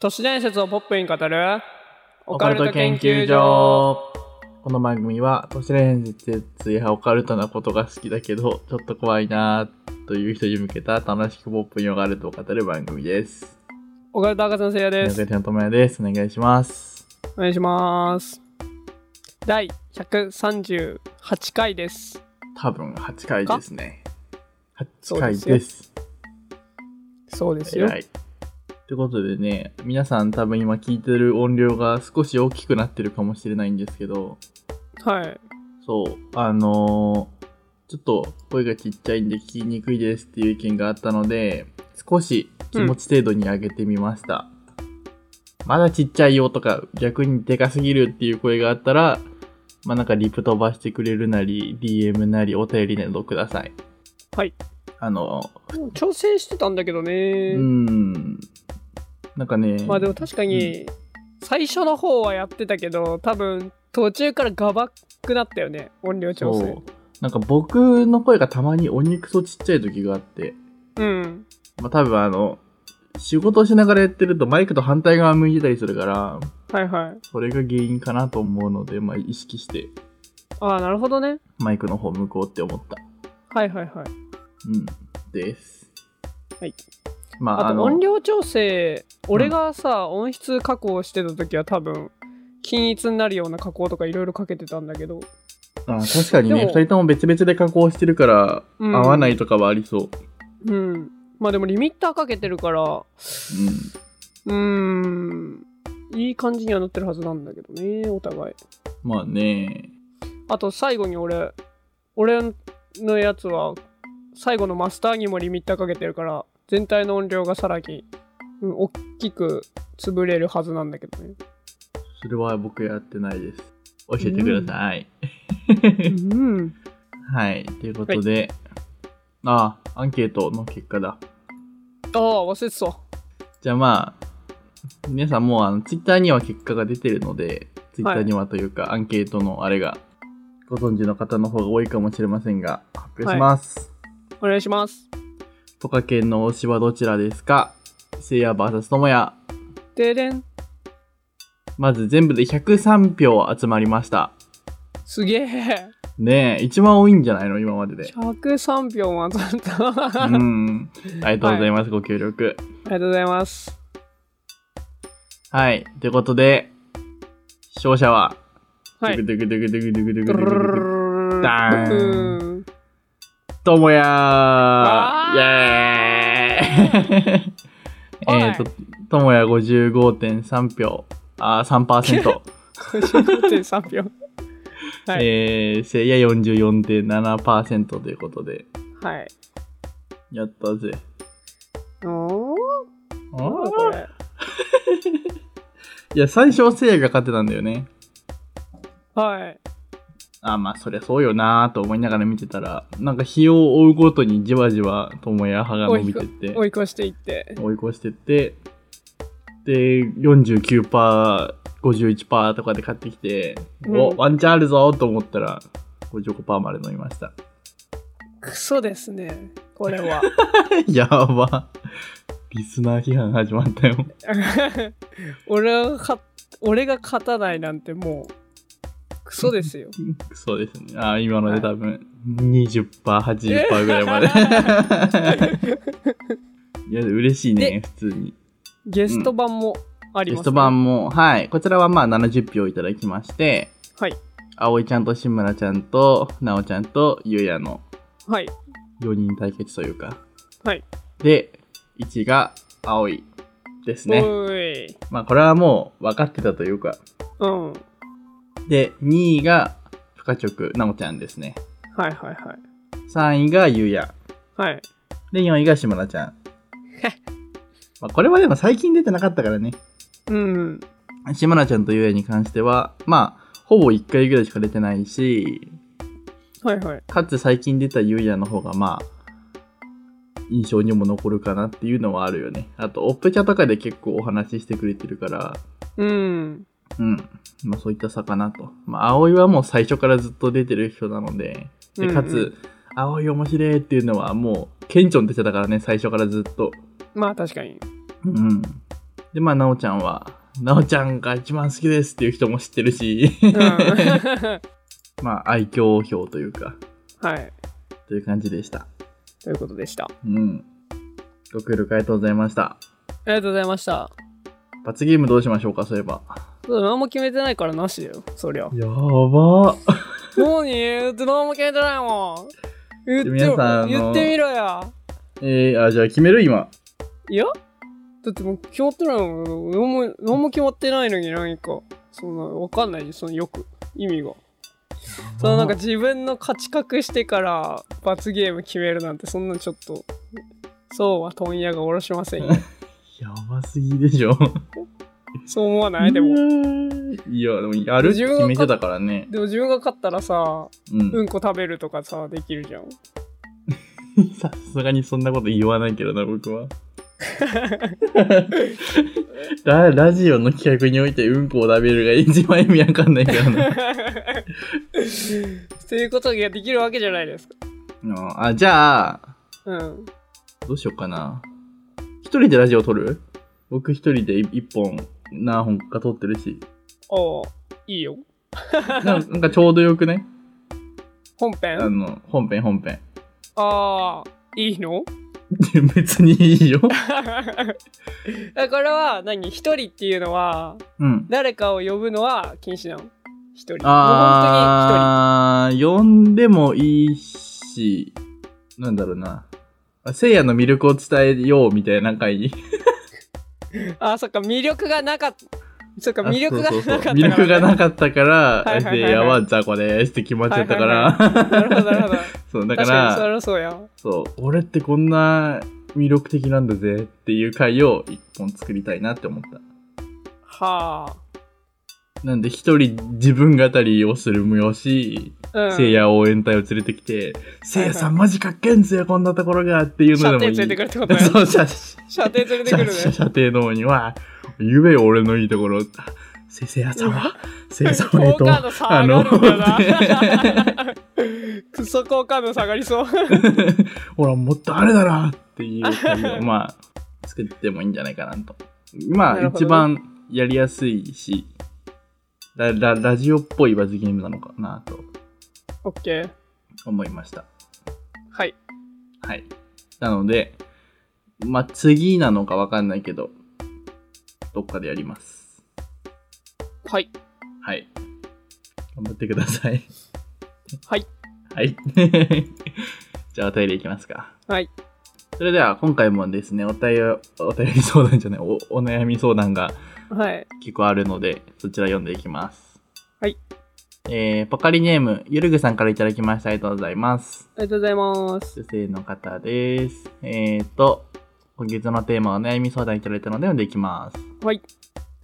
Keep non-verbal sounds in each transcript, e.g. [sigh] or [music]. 都市伝説をポップに語るオオカルト研究所この番組は都市伝説やオカルトなことが好きだけどちょっと怖いなという人に向けた楽しくポップにオカルトを語る番組です。オカルト博士のせいやです宮崎のともやです。お願いします。お願いします第138回です多分8回ですね。そう8で回すよです。そうですよ偉い。ということでね、皆さん多分今聞いてる音量が少し大きくなってるかもしれないんですけど、はいそう、あのーちょっと声がちっちゃいんで聞きにくいですっていう意見があったので、少し気持ち程度に上げてみました。まだちっちゃいよとか、逆にでかすぎるっていう声があったら、まあなんかリプ飛ばしてくれるなり、DM なり、お便りなどください。はいあの挑戦してたんだけどー、ね、うーん、なんかね、まあでも確かに最初の方はやってたけど多分途中からガバッくなったよね音量調整そう、なんか僕の声がたまにお肉そちっちゃい時があって、うんまあ、多分あの、仕事しながらやってるとマイクと反対側向いてたりするから、はいはいそれが原因かなと思うので、まあ、意識してああなるほどねマイクの方向こうって思った。はいはいはいうん。です。はいまあ、ああとの、音量調整俺がさ、音質加工してた時は多分均一になるような加工とかいろいろかけてたんだけど、あ確かにでね、二も人とも別々で加工してるから、うん合わないとかはありそう。うんまあでもリミッターかけてるからううん。ーんいい感じにはなってるはずなんだけどねお互いまあね、あと最後に俺俺のやつは最後のマスターにもリミッターかけてるから全体の音量がさらに、うん、大きく潰れるはずなんだけど [laughs] ねそれは僕やってないです。教えてください。うんはい。ということで、ああ、アンケートの結果だ。ああ忘れてたじゃあまあ、皆さんもうあの、ツイッターには結果が出てるので、ツイッターにはというか、アンケートのあれが、ご存知の方の方が多いかもしれませんが、発表します。お願いしますポカケンの推しはどちらですかせいや VS ともや。ででんまず全部で103票集まりました。すげえねえ、一番多いんじゃないの今までで。 103票も集まった、あうん。ありがとうございます、ご協力。りがとうございますはい。ということで、勝者は、はいドゥクドゥクドゥクドゥクドゥクドゥルドゥクドルゥルクルルドゥクルダーうんともやーあイェーイおいえっと、ともや55.3票、あー、3%。 55.3票 [laughs] はいえー、せいや44.7%ということで、はいやったぜ。おーなあんだーこれいや、最初はせいやが勝ってたんだよね。はいあー、まあ、そりゃそうよなーと思いながら見てたら、なんか日を追うごとにじわじわともや派が伸びてって、追い越していって追い越してって、で、49%、51%とかで買ってきて、うおんワンチャンあるぞと思ったら、55%まで飲みました。 [laughs] クソですねこれはやば。リスナー批判始まった [laughs] よ。俺が勝っ俺が勝たないなんてもうクソですよそうですね。あー今ので多分20%、80%ぐらいまで。 [laughs] いや、嬉しいね、普通に。ゲスト版もありゲます、ねスト版も、はい。こちらはまあ70票いただきまして、はい葵ちゃんと志村ちゃんと、なおちゃんと、ゆうやのはい4人対決というか。はいで、1が青いですね。おいまあこれはもう分かってたというか。うんはいで、2位が深直、なおちゃんですね。はいはい3位がゆうや。はいで、4位がしむらちゃん。まあこれはでも最近出てなかったからね。うんしむらちゃんとゆうやに関しては、まあ、ほぼ1回ぐらいしか出てないし、はいはいかつ最近出たゆうやの方がまあ、印象にも残るかなっていうのはあるよね。あと、オップチャとかで結構お話ししてくれてるから、うんうん。まあそういった差かなと。まあ葵はもう最初からずっと出てる人なので、で、かつ、うんう葵面白いっていうのはもう、顕著に出てたからね、最初からずっと。まあ確かにうん。で、まあ、なおちゃんは、なおちゃんが一番好きですっていう人も知ってるし、うん [laughs] は [laughs] まあ、愛嬌票というか、い。という感じでした。ということでした。うん。ご協力ありがとうございました。ありがとうございました。罰ゲームどうしましょうか、そういえば。そう何も決めてないからなしだよ、そりゃ。やば何うち何も決めてないもん。言って皆さんあの言ってみろや。えー、あ、じゃあ決める今。いやだってもう決まってないもん。何も何も決まってないのに何か。そんな、わかんないよ、そのよく。意味が。そのなんか自分の価値格してから罰ゲーム決めるなんてそんなちょっとそうは問屋が下ろしません [laughs] よやばすぎでしょ。そう思わないでも。いや、でもやるって決めてたからね。でも自分が勝ったらさうん。 [laughs] うんこ食べるとかさできるじゃん [laughs] [laughs] さすがにそんなこと言わないけどな、[laughs] 僕は。ララジオの企画においてうんこを食べるが一番意味わかんないか [laughs] らなということができるわけじゃないですかうん。あ、じゃあ、うんどうしようかな。一人でラジオ撮る僕一人で一本何本か撮ってるし。おういいよなんかなんかちょうどよくね本あ編の、本編本編。 [laughs] ああいいの [laughs] 別にいいよ。えこれは何一人っていうのはうん。誰かを呼ぶのは禁止なの一人もう本あー、呼んでもいいし、なんだろうな。あせいやの魅力を伝えようみたいな回に。当に一人あーそっか魅力がなかったそっか [laughs] 魅力があそうなそかったかうそうら魅力がなかったかいはいら、はいはせいいやは雑魚ですって決まっちゃったはかいはら。なるほどなるほどそう、 [laughs] だか確かにそら、れはそうやそう、俺ってこんな魅力的なんだぜっていう回を一本作りたいなって思った。はなんで一人自分語りをするもよし、あ、うん、聖夜応援隊を連れてきて、聖夜さんマジかっけえんすよ、こんなところがっていう射の程でもい連い。れてくるってことや [laughs] そう、射射射程連れてく射るね射射程の方には、ゆえよ俺のいいところ、あせ聖夜さんは、聖夜さんはえっ好と、感度下がるんあのだな [laughs] クソ好感度下がりそうほら、もっとあれだなっていう感 [laughs] じを、まあ、作ってもいいんじゃないかなと。まなあ、るほどね一番やりやすいし、ラララジオっぽい罰ゲームなのかなとオッケー思いました。はいはい。なので、まあ、次なのかわかんないけど、どっかでやります。はいはい。頑張ってください。はい。はい。 [laughs] じゃあ、お便りいきますか。はいそれでは、今回もですね、お便り、お便り相談じゃない、お、お悩み相談がはい結構あるので、そちら読んでいきます。はい。えー、ポカリネーム、ゆるぐさんからいただきました。ありがとうございます。ありがとうございます女性の方です。えーと、今月のテーマはお悩み相談いただいたので読んでいきます。はい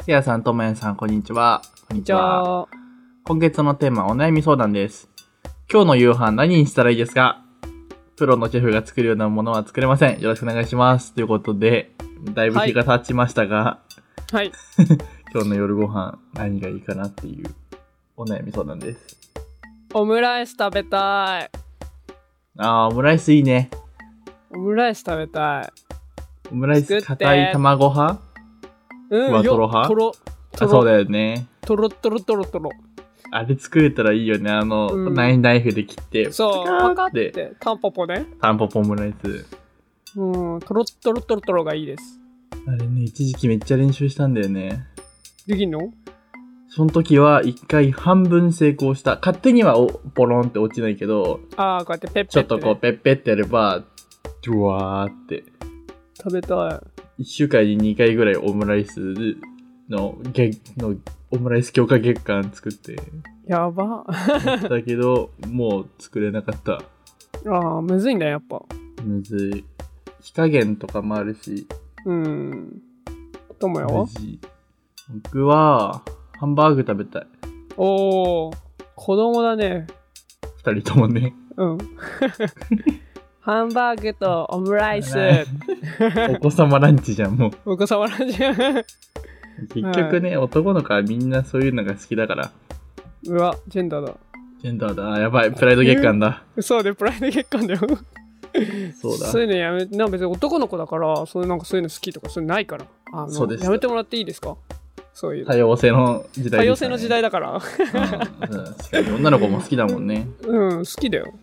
せやさん、ともやさん、こんにちは。こんにじゃあ今月のテーマはお悩み相談です。今日の夕飯何にしたらいいですかプロのシェフが作るようなものは作れません。よろしくお願いします。ということで、だいぶ日が経ちましたが、はい今日の夜ご飯何がいいかなっていうお悩み相談です。オムライス食べたいあー、オムライスいいね。オムライス食べたいオムライ作っスて硬い卵派うんふわとろよ派とろあとそろうだよね。とろとろとろとろあれ作れたらいいよね。あの、うんナイナイフで切って、そうパカっで、てタンポポねタンポポオムライス。うんとろとろとろとろがいいですあれね、一時期めっちゃ練習したんだよね。できんのその時は一回半分成功した。勝手にはおポロンって落ちないけど、ああこうやってペッちペッょってねとこう、ペッペってやれば、ジュワーって。食べたい一週間に二回ぐらいオムライスの、げの、オムライス強化月間作ってやば [laughs] だけど、もう作れなかった。ああむずいんだやっぱむずい。火加減とかもあるし、うんともや無は事僕はハンバーグ食べたいおお子供だね二人ともねうん [laughs] ハンバーグとオムライス [laughs] お子様ランチじゃんもうお子様ランチ結局ね、男の子はみんなそういうのが好きだからうわジェンダーだジェンダーだやばいプライド月間だ嘘でプライド月間だよそうだそういうのやめなんか別に男の子だからそういうなんかそういうの好きとかそういうのないからあのそうですやめてもらっていいですかそういう多様性の時代、多様性の時代だからうんうん確かに女の子も好きだもんねうん好きだよ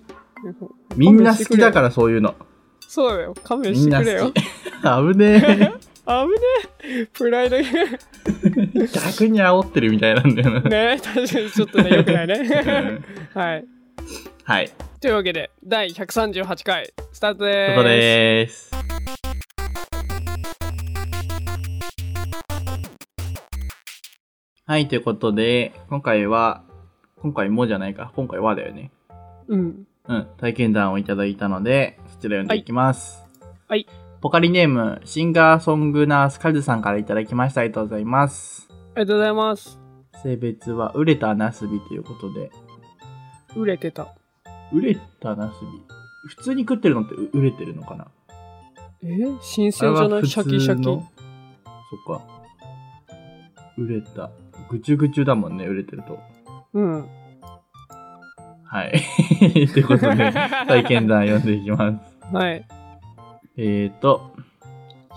みんな好きだからそういうのそうだよ勘弁みしんてなく好れよき危ね危ねえプライドねえ逆に煽ってるみたいなんだよな、確かにちょっとねよくないうねんはいはいというわけで第138回スタートでそーすこでーすはいということで今回は今回もじゃないか今回はだよねうんうん、体験談をいただいたので、そちら読んでいきます。はいはポカリネーム、シンガーソングナースカズさんからいただきました。ありがとうございます。ありがとうございます性別は、売れたナスビということで。売れてた売れたナスビ普通に食ってるのってう売れてるのかなえ新鮮じゃないシャキシャキそっか。売れた。ぐちゅぐちゅだもんね、売れてると。うんはい。 [laughs] ということで、体験談読んでいきます。はいえーと、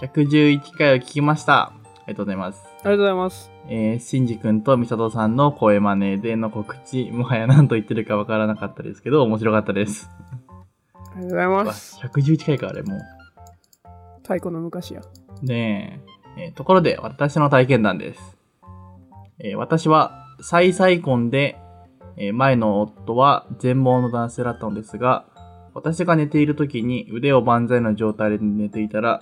111回を聞きました。ありがとうございます。ありがとうございますえー、しんじくんとみさとさんの声真似での告知、もはや何と言ってるかわからなかったですけど、面白かったです。ありがとうございわます111回か、あれも太鼓の昔やう。ねええーところで、私の体験談です。えー私は、再再婚で、えー前の夫は全盲の男性だったのですが、私が寝ている時に腕を万歳の状態で寝ていたら、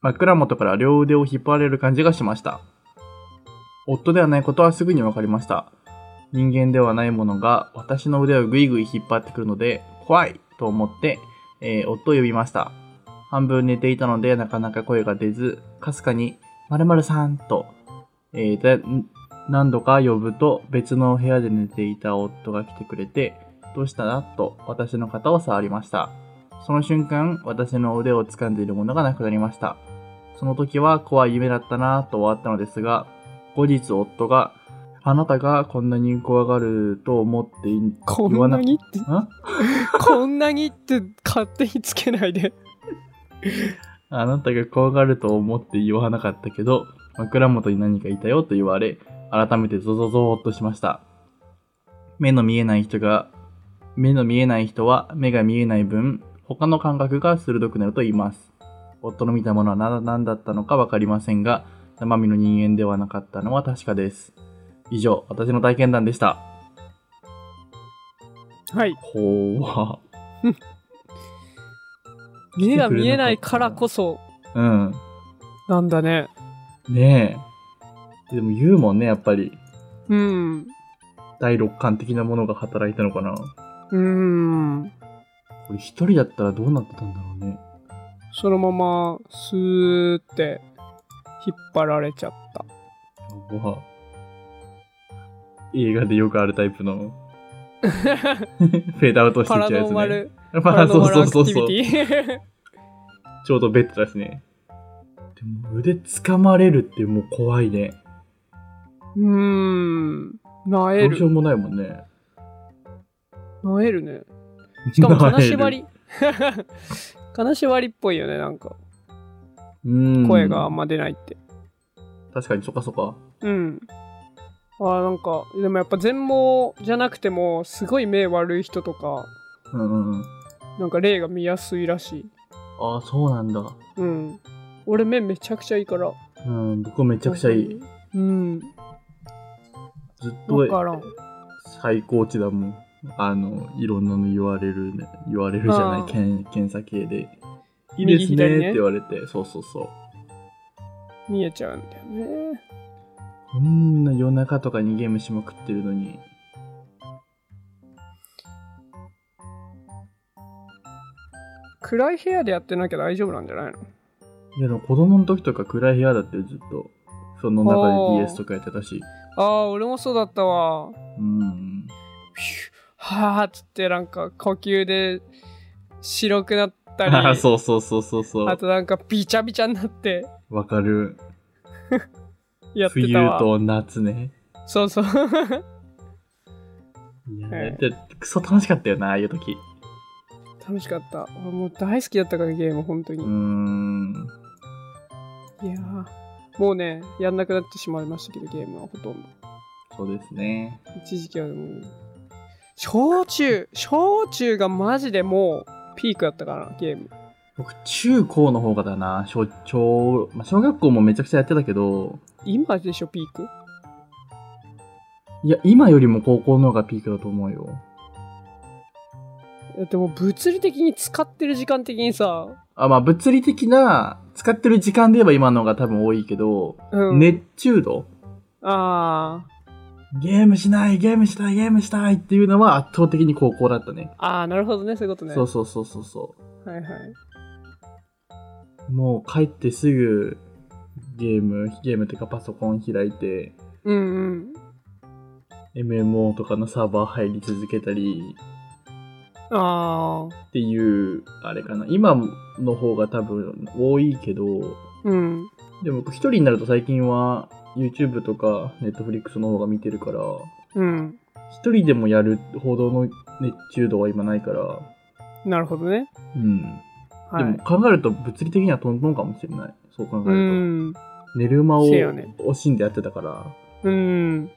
枕元から両腕を引っ張られる感じがしました。夫ではないことはすぐに分かりました。人間ではないものが私の腕をぐいぐい引っ張ってくるので、怖いと思って、えー夫を呼びました。半分寝ていたので、なかなか声が出ず、かすかに、〇〇さんと、えーだ何度か呼ぶと別の部屋で寝ていた夫が来てくれて、どうしたなと私の肩を触りました。その瞬間、私の腕を掴んでいるものがなくなりました。その時は怖い夢だったなと終わったのですが、後日夫が、あなたがこんなに怖がると思っていん、こ言わんななにって [laughs] んこんなにって勝手につけないであなたが怖がると思って言わなかったけど、枕元に何かいたよと言われ、改めてゾゾゾーっとしました。目の見えない人が、目の見えない人は目が見えない分、他の感覚が鋭くなると言います。夫の見たものはな何だったのかわかりませんが、生身の人間ではなかったのは確かです。以上、私の体験談でした。はい怖目が見えないからこそうん。なんだねねえ。でも言うもんね、やっぱり。うん第六感的なものが働いたのかな。うーんこれ一人だったらどうなってたんだろうね。そのままスーって引っ張られちゃったやば。映画でよくあるタイ [laughs] プのフェードアウトしパていっラちゃうやノつーマね。ル、 [laughs] まパラあ、ノーそうマルそうアクテ [laughs] そうィビそう。ティ。ちょうどベッドだしね。でも腕掴まれるってもう怖いね。うーん。などえうしようる。もないもんね。なえるね。しか [laughs] も金縛萎えり。 [laughs] 金縛りっぽいよね、なんか。る。うん。声があんま出ないって。確かにそっかそっか。うん。あーなんか、でもやっぱ全盲じゃなくても、すごい目悪い人とか、うんうんうん。なんか霊が見やすいらしい。ああ、そうなんだ。うん。俺目めちゃくちゃいいから。めうん、僕めちゃくちゃいい。。うん。ずっわかとらん。最高値だもん。あの、いろんなの言われるね。言われるじゃなあい、ー検検査系で。いいで右すね左ってね言。われて、そうそうそう。見えちゃうんだよね。こんな夜中とかにゲームしまくってるのに。暗い部屋でやってなきゃ大丈夫なんじゃないのいやでも子供の時とか暗い部屋だってずっと。その中おーで DS とかやってたし。ああ、俺もそうだったわ。うん。 [laughs] ピュッはあっつってなんか呼吸で白くなったりあー [laughs] そうそうそうそうそあう。となんかびちゃびちゃになってわかる。やって冬たわと夏ね。そうそう [laughs] いや、はいでクソ楽しかったよな、ああいう時。楽しかった俺もう大好きだったからゲーム本当に、うーん。いやーもうねやんなくなってしまいましたけどゲームはほとんどそうですね。一時期はでも小中小中がマジでもうピークやったからゲーム僕、中高の方がだな。小、小、まあ、小学校もめちゃくちゃやってたけど、今でしょピークいや、今よりも高校の方がピークだと思うよ。だってもう物理的に使ってる時間的にさ、あ、まあ、物理的な、使ってる時間で言えば今の方が多分多いけど、うん、熱中度あーゲームしない、ゲームしたい、ゲームしたいっていうのは圧倒的に高校だったね。あーなるほどねそういうことねそうそうそうそうそ。はいはいうもう帰ってすぐ、ゲーム、ゲームっていうかパソコン開いて、うんうん MMO とかのサーバー入り続けたりああっていう、あれかな。今の方が多分多いけど、うんでも僕一人になると最近は YouTube とか Netflix の方が見てるから、うん一人でもやるほどの熱中度は今ないから、なるほどねうん。はいでも考えると物理的にはトントンかもしれない。そう考えると。うん寝る間をせやね惜しんでやってたからうん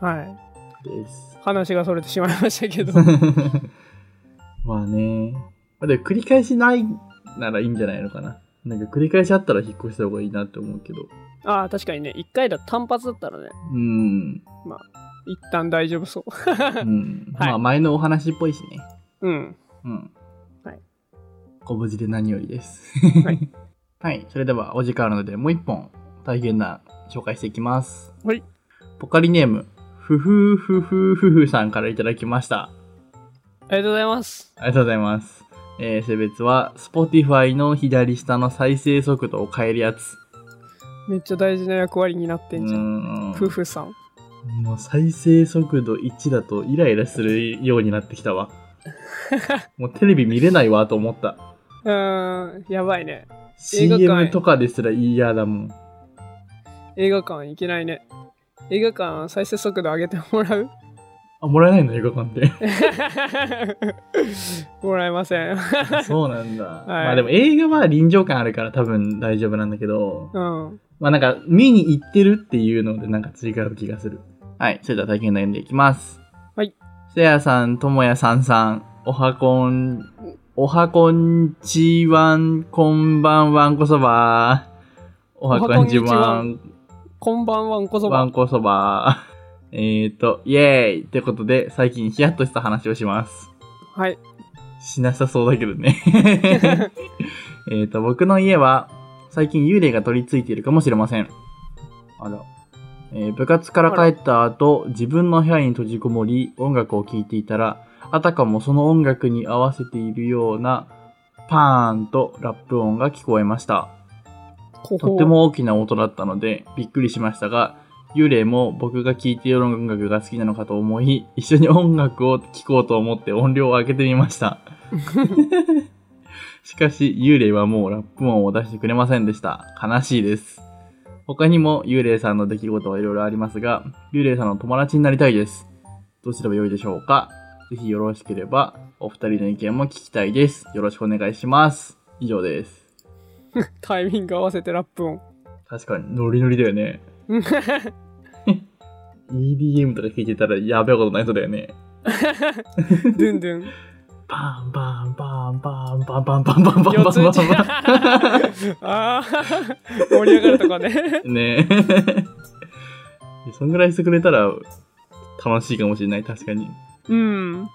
はいです。 [laughs] 話がそれてしまいました [laughs] けどまあね。まあでも繰り返しないならいいんじゃないのかな。なんか繰り返しあったら引っ越した方がいいなって思うけど。ああ確かにね一回だ単発だったらねうん。一旦大丈夫そううん、はいまあ前のお話っぽいしね。うんうん。はい。ご無事で何よりです。はい。はい。それではお時間あるので、もう一本、大変な紹介していきます。はい。ポカリネーム、ふふふふふふさんからいただきました。ありがとうございますありがとうございます。えー、性別は、Spotify の左下の再生速度を変えるやつ。めっちゃ大事な役割になってんじゃんん夫婦さんもう再生速度1だとイライラするようになってきたわ。もうテレビ見れないわと思った。うーんやばいね映画館 CM とかですら嫌だもん。映画館行けないね映画館再生速度上げても [laughs] らうあ、もらえないの映画館 [laughs] って。もらえませんそうなんだ。いまあでも映画は臨場感あるから多分大丈夫なんだけど、うんまあなんか見に行ってるっていうのでなんか違う気がする。はい、それでは体験悩んでいきます。はい。せやさん、ともやさんさん、おはこん、おはこんちわん、こんばんわんこそば。おはこんちわん、こんばんはんこそわばんこそば。えーと、イエーイってことで、最近ヒヤッとした話をします。はいしなさそうだけどね。えっと、僕の家は、最近幽霊が取り付いているかもしれません。あら。えー部活から帰った後、自分の部屋に閉じこもり、音楽を聴いていたら、あたかもその音楽に合わせているような、パーンとラップ音が聞こえました。ことっても大きな音だったので、びっくりしましたが、幽霊も僕が聴いている音楽が好きなのかと思い、一緒に音楽を聴こうと思って音量を上げてみました。しかし、幽霊はもうラップ音を出してくれませんでした。悲しいです。他にも幽霊さんの出来事はいろいろありますが、幽霊さんの友達になりたいです。どうすればよいでしょうかぜひよろしければ、お二人の意見も聞きたいです。よろしくお願いします。以上です。タイミング合わせてラッ [laughs] プ音確かに、ノリノリだよね。EDM とか聞いてたらやべえことないそうだよね。ドゥンドゥンバンバンバンバンバンバンバンバンバンバンバン四つ打バちあー盛り上がるとかねン。ねえ。そんぐらいしてくれたら楽しいかもしれない、確かに。うん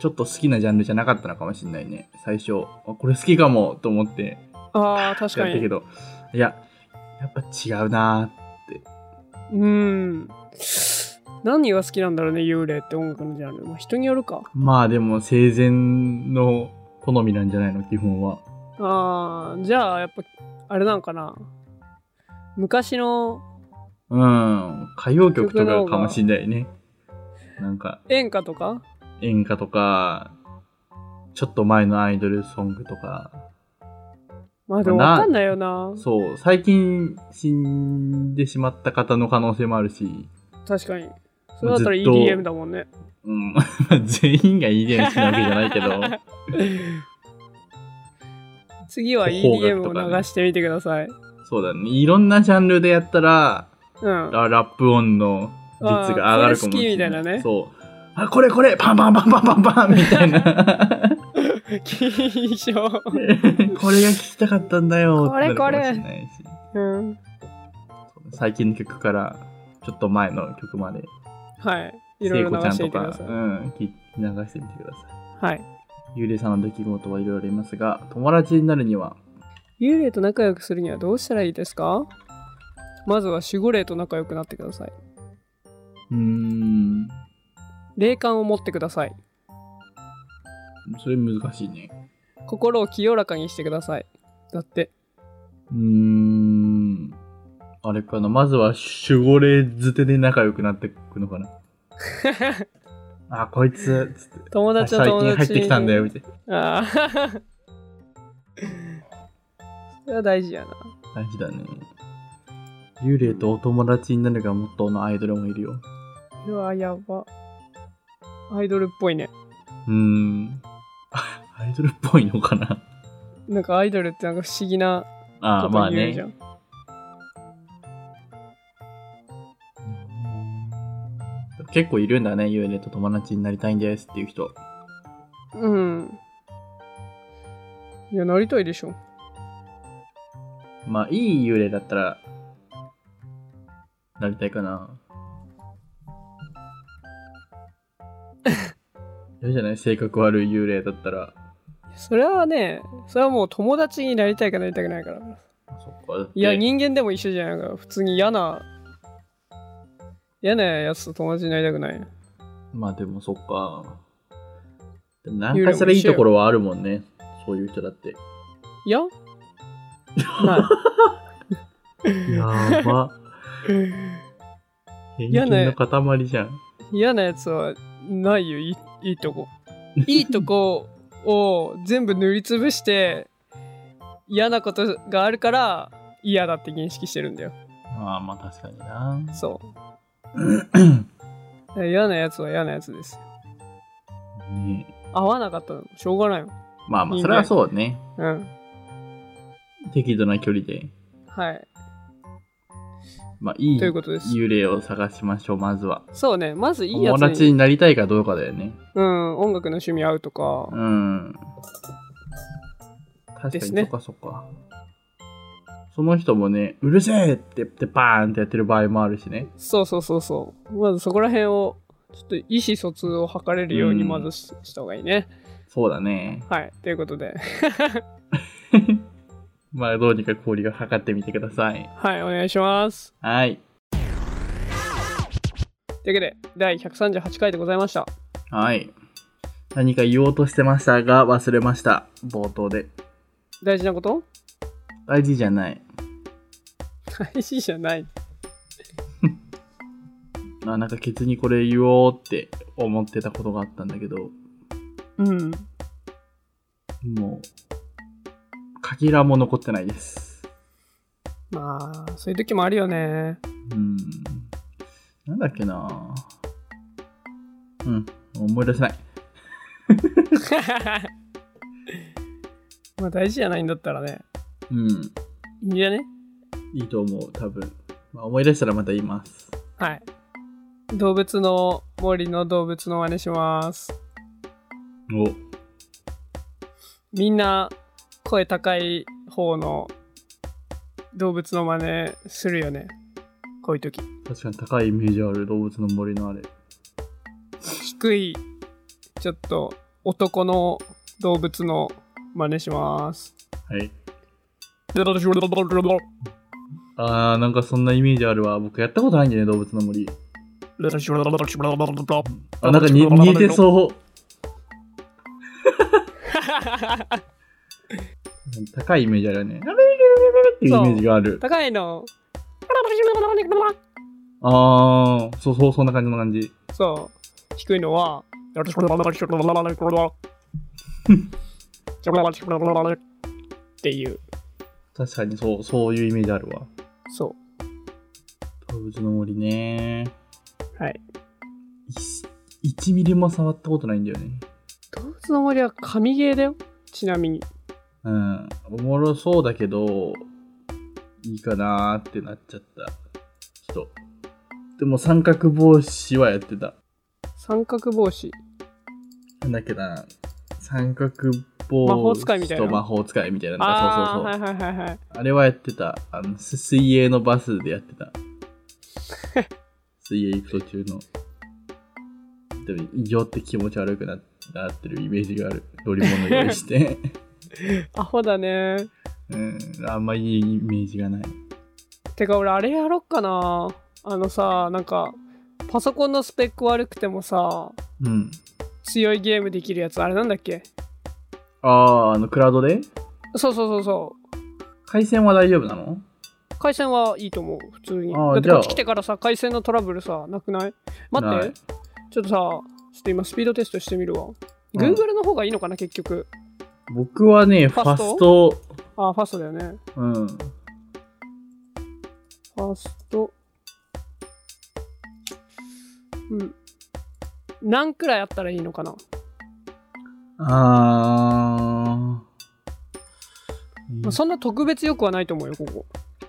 ちょっと好きなジャンルじゃなかったのかもしれないね、最初。あこれ好きかもと思ってあー確やかったけにど、いや、やっぱ違うなうん何が好きなんだろうね幽霊って音楽のジャンル、まあ、人によるかまあでも生前の好みなんじゃないの、基本は。あーじゃあやっぱあれなんかな昔のうん、歌謡曲とかかもしれないね。なんか、演歌とか演歌とか、ちょっと前のアイドルソングとか、まあでもわかんないよなそう、最近死んでしまった方の可能性もあるし、確かにそれだったらずっと EDM だもんね。うん。 [laughs] まあ全員が EDM 好きなわけじゃないけ [laughs] ど。次は邦楽 EDM とをかね流してみてください。そうだね。いろんなジャンルでやったら、うん。ララップ音の率が上がるかもしれない。あーこれ好きみたいなねそう。あ、これこれパンパンパンパンパンパンみた [laughs] いな。金賞。これが聞きたかったんだよってなるかもしれないし。うん。最近の曲から、ちょっと前の曲まで、はい。いろい聖ろ子流ちゃしんてとみてくだか、さうい。ん、聞き流してみてくだはさい。い。幽霊さんの出来事はいろいろありますが、友達になるには、幽霊と仲良くするにはどうしたらいいですかまずは守護霊と仲良くなってください。うーん、霊感を持ってください。それ難しいね。心を清らかにしてください。だって。うーん、あれかな、まずは守護霊づてで仲良くなっていくの [laughs] かな。あ、こいつ、つって友あ達は最友近達入ってきたんだよ、みたいあな。あ。 [laughs] それは大事やな。大事だね。幽霊とお友達になるがもっとのアイドルもいるよ。うわ、やば。アイドルっぽいね。うーん。 [laughs] アイドルっぽいのかななんかアイドルってなんか不思議なあこあ、まとあ言うじゃね。ん。結構いるんだね、幽霊と友達になりたいんですっていう人。うん。いや、なりたいでしょ。まあ、いい幽霊だったら、なりたい [laughs] かな。嫌じゃない性格悪い幽霊だったら。それはね、それはもう友達になりたいかなりたくないから。そっか。だっていや、人間でも一緒じゃないから、普通に嫌な、嫌なやつと友達になりたくない。まあでもそっか。でもなんかしらいいところはあるもんね。そういう人だって。いやなやば。い偏嫌見ねの塊じゃん。嫌なやつはないよ、いいいいとこ。いいとこを全部塗りつぶして、嫌なことがあるから嫌だって認識してるんだよ。まあまあ確かにな。 [clears throat] そう。嫌なやつは嫌なやつです。ねえ合わなかったの、しょうがないよ。まあまいいねあそれはそうね。うん。適度な距離で。はい。まあいいということです。幽霊を探しましょう、まずは。そうね、まずいいや友つ達に、になりたいかどうかだよね。うん、音楽の趣味合うとかう、ん。確でかすに、そねっかそっか。その人もね、うるせえってってバーンってやってる場合もあるしね。そうそうそうそう。まずそこら辺を、ちょっと意思疎通を図れるようにうんまずし,、た方がいいね。そうだね。はい、ということで、 [laughs] まあどうにか氷が測ってみてください。はい、お願いします。はい。というわけで、第138回でございました。はい。何か言おうとしてましたが忘れました。冒頭で。大事なこと [laughs] 大事じゃない。大事じゃない。あなんかケツにこれ言おうって思ってたことがあったんだけど、うん。もう、かけらも残ってないです。まあ、そういう時もあるよね。うん。なんだっけなうん。思い出せない。 [laughs] まあ、大事じゃないんだったらね、ういん。いんじゃねいいと思う、多分。まあ、思い出したらまた言います。はい。動物の森の動物の真似します。お。みんな声高い方の動物の真似するよね。こういう時。確かに高いイメージある動物の森のあれ。低い、ちょっと男の動物の真似します。はい。ドロドロドロドロドロドロあー、なんかそんなイメージあるわ。僕やったことないんだよね、動物の森。ドロドロドロドロドロドロドロあ、なん [laughs] かに似てそう。高いイメージあるよね。っていうイメージがある。高い [laughs] の。あー、そうそう、そんな感じの感じ。そう。低いのは。っていう。確かにそう、そういうイメージあるわ。そ動物の森ね。う。はい。 1ミリも触ったことないんだよね。動物の森は神ゲーだよ。ちなみに。うん。おもろそうだけど、いいかなーってなっちゃった。ちょっと。でも三角帽子はやってた。三角帽子。なんだっけな。三角帽子魔法使いみたいなと魔法使いみたいな。あそうそうそう。あー、はいはいはいはい。あれはやってた。あの、す水泳のバスでやっ [laughs] てた。水泳行く途中の。でも、異常って気持ち悪くななってるイメージがある。乗り物用 [laughs] 意して。アホだね。うん、あんまいいイメージがない。てか俺あれやろっかな。あのさ、なんか、パソコンのスペック悪くてもさ、うん。強いゲームできるやつ、あれなんだっけああ、あの、クラウドでそうそうそうそ回線は大丈夫なのう。回線はいいと思う、普通に。あーだってじゃこあっち来てからさ、回線のトラブルさ、なくない待っないて、ちょっとさ、ちょっと今スピードテストしてみるわ。うん Google の方がいいのかな、結局。僕はね、フファァススト、あー、ファストだよね。うん。ファースト。うん。何くらいあったらいいのかなまああー。そんな特別よくはないと思うよ、ここ。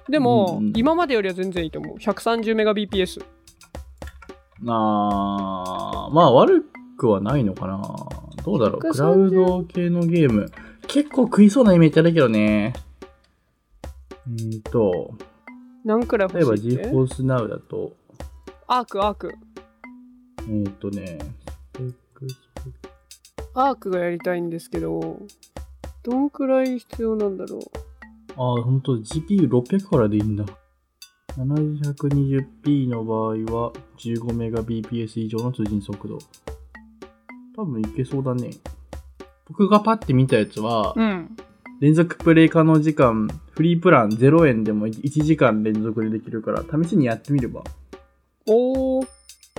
でも、うんうん今までよりは全然いいと思う。130Mbps。あーまあ悪くはないのかなどうだろ130うクラウド系のゲーム結構食いそうなイメージあるけどねえーと何くらい例えば欲しいって GForce Now だとアーク、アーク。えーとねスペックスペックアークがやりたいんですけど、どんくらい必要なんだろう。ああほんと GPU600 からでいいんだ 720p の場合は 15Mbps 以上の通信速度多分いけそうだね僕がパッて見たやつは、うん。連続プレイ可能時間、フリープラン0円でも1時間連続でできるから、試しにやってみれば。おー。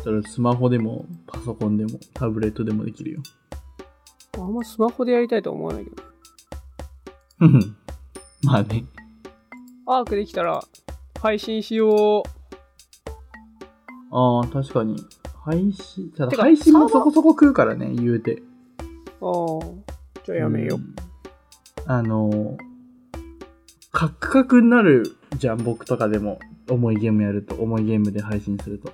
それスマホでも、パソコンでも、タブレットでもできるよ。あんまスマホでやりたいとは思わないけど。ふふん [laughs] まあね。アークできたら、配信しよう。ああ、確かに。配信、ただてか配信もサーバーそこそこ食うからね、言うて。あー。じゃあやめよう。んあのー、カックカクになるじゃん、僕とかでも。重いゲームやると、重いゲームで配信すると。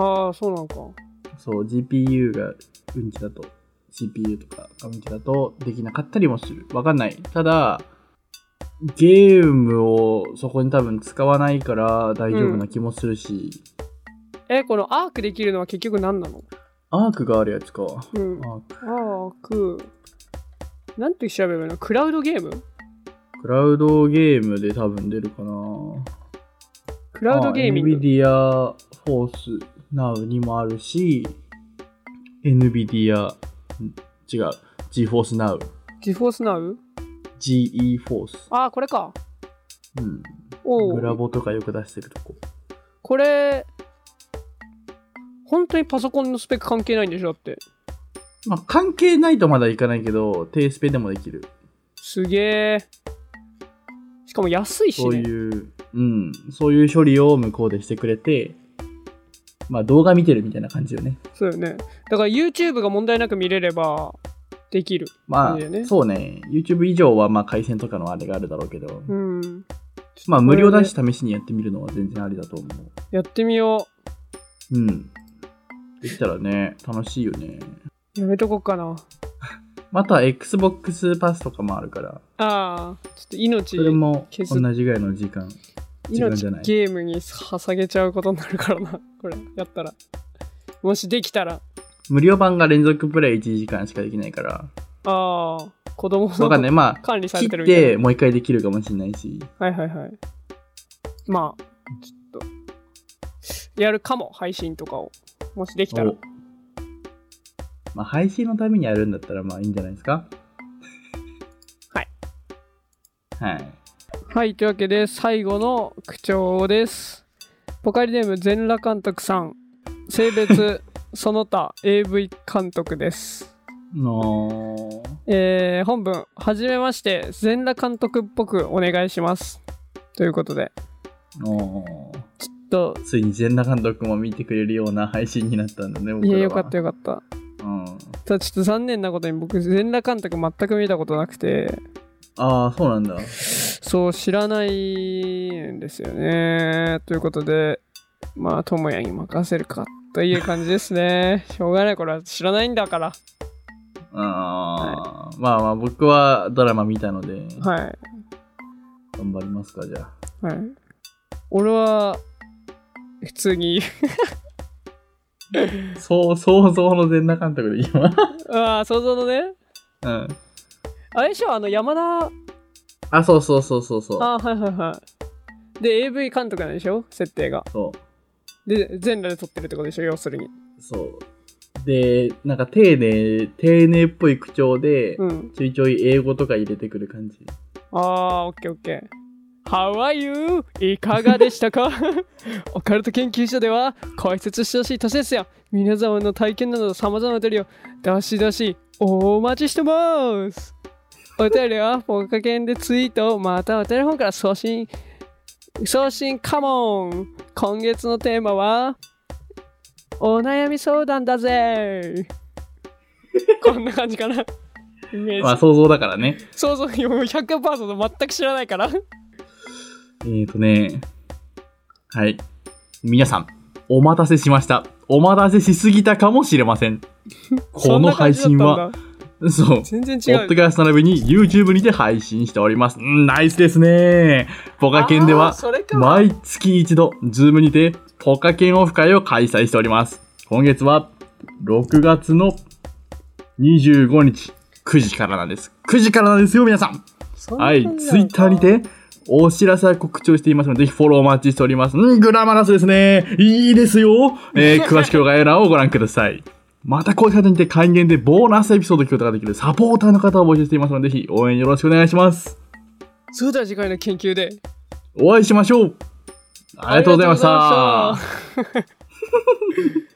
ああ、そうなのか。そう、GPU がうんちだと、CPU とかがうんちだとできなかったりもする。わかんない。ただ、ゲームをそこに多分使わないから大丈夫な気もするし、え、このアークできるのは結局何なのアークがあるやつか。アうん。ークアーク。なんて調べればいいのクラウドゲームクラウドゲームで多分出るかな。クラウドゲーミング。あ NVIDIA Force Now にもあるし、NVIDIA、ん違う、GForce Now、 GeForce Now? GE Force。ああ、これか。うん。おグラお。ボとかよく出してるとこ。これ、本当にパソコンのスペック関係ないんでしょだって。まあ、関係ないとまだいかないけど、低スペでもできる。すげえ。しかも安いしそうね。いう、うん、そういう処理を向こうでしてくれて、まあ動画見てるみたいな感じよね。そうよね。だから YouTube が問題なく見れればできる。まそあ、うだよねそうね、YouTube 以上はまあ回線とかのあれがあるだろうけど、うん。まあ無料だしこ試しにやってみるのは全然ありだと思れねやってみよう。うん。できたらね、楽しいよね。う。やめとこうかな。また Xbox パスとかもあるから、ああ、ちょっと命そ。れも消す同じぐらいの時間。時間命じゃないゲームに捧げちゃうことになるからな [laughs] これやったらもしできたら無料版が連続プレイ1時間しかできないから、ああ子供わかんなのい。まあ、管理さ切れてるっみたいてもう一回できるかもしれないしなはいはいはいまあちょっとやるかも配信とかをもしできたらおまあ配信のためにやるんだったらまあいいんじゃないですか [laughs] はいはいはいというわけで最後の口調ですポカリネーム全裸監督さん性別その他 AV 監督ですのえー本文はじめまして全裸監督っぽくお願いしますということでーのーと、ついに全裸監督も見てくれるような配信になったんだね、僕いらは。や、よかったよかった。うん。ただちょっと残念なことに僕、全裸監督全く見たことなくて、ああ、そうなんだ。そう、知らないんですよね。ということで、まあ、智也に任せるかという感じです [laughs] ね。しょうがない、これは知らないんだから。ああ、まあまあ、僕はドラマ見たので、はい。頑張りますか、じゃあ。はい。俺は、普通に、そう、想像の全裸監督で今。 [laughs] ああ、想像のね、うん。あれでしょ、あの、山田、あ、そうそうそうそうそう。あーはいはいはい。で、AV 監督なんでしょ設定が。そで、全裸で撮ってるってことでしょ要するに。う。そう。で、なんか丁寧、丁寧っぽい口調で、うん。ちょいちょい英語とか入れてくる感じ。ああ、オッケーオッケー。How are you? いかがでしたか [laughs] オカルト研究所では解説してほしい年ですよ。皆様の体験など様々なお便りをどしどしお待ちしてます。お便りはポカケンでツイート、またはテレフォンから送信、送信カモン今月のテーマはお悩み相談だぜ [laughs] こんな感じかな。イメージまあ想像だからね。そうそう、100%全く知らないから。えーとね、はい。皆さん、お待たせしました。お待たせしすぎたかもしれませ [laughs] ん。この配信は、そんな感じだったんだ。そう。全然ポ違ッドう。キャスト並びに YouTube にて配信しております。うん、ナイスですね。ポカケンであーは、それか毎月一度、Zoom にて、ポカケンオフ会を開催しております。今月は、6月の25日、9時からなんです。9時からなんですよ、皆さん。そんなは感じいな、のかツイッターに。て、お知らせは告知をしていますので、ぜひフォローお待ちしております。うん、グラマラスですね。いいですよ。え [laughs] ー詳しくは概要欄をご覧ください。また、こういう方にて還元でボーナスエピソードを聞くことができるサポーターの方を募集していますので、ぜひ応援よろしくお願いします。それでは次回の研究で。お会いしましょう。ありがとうございました。ありがとうございました。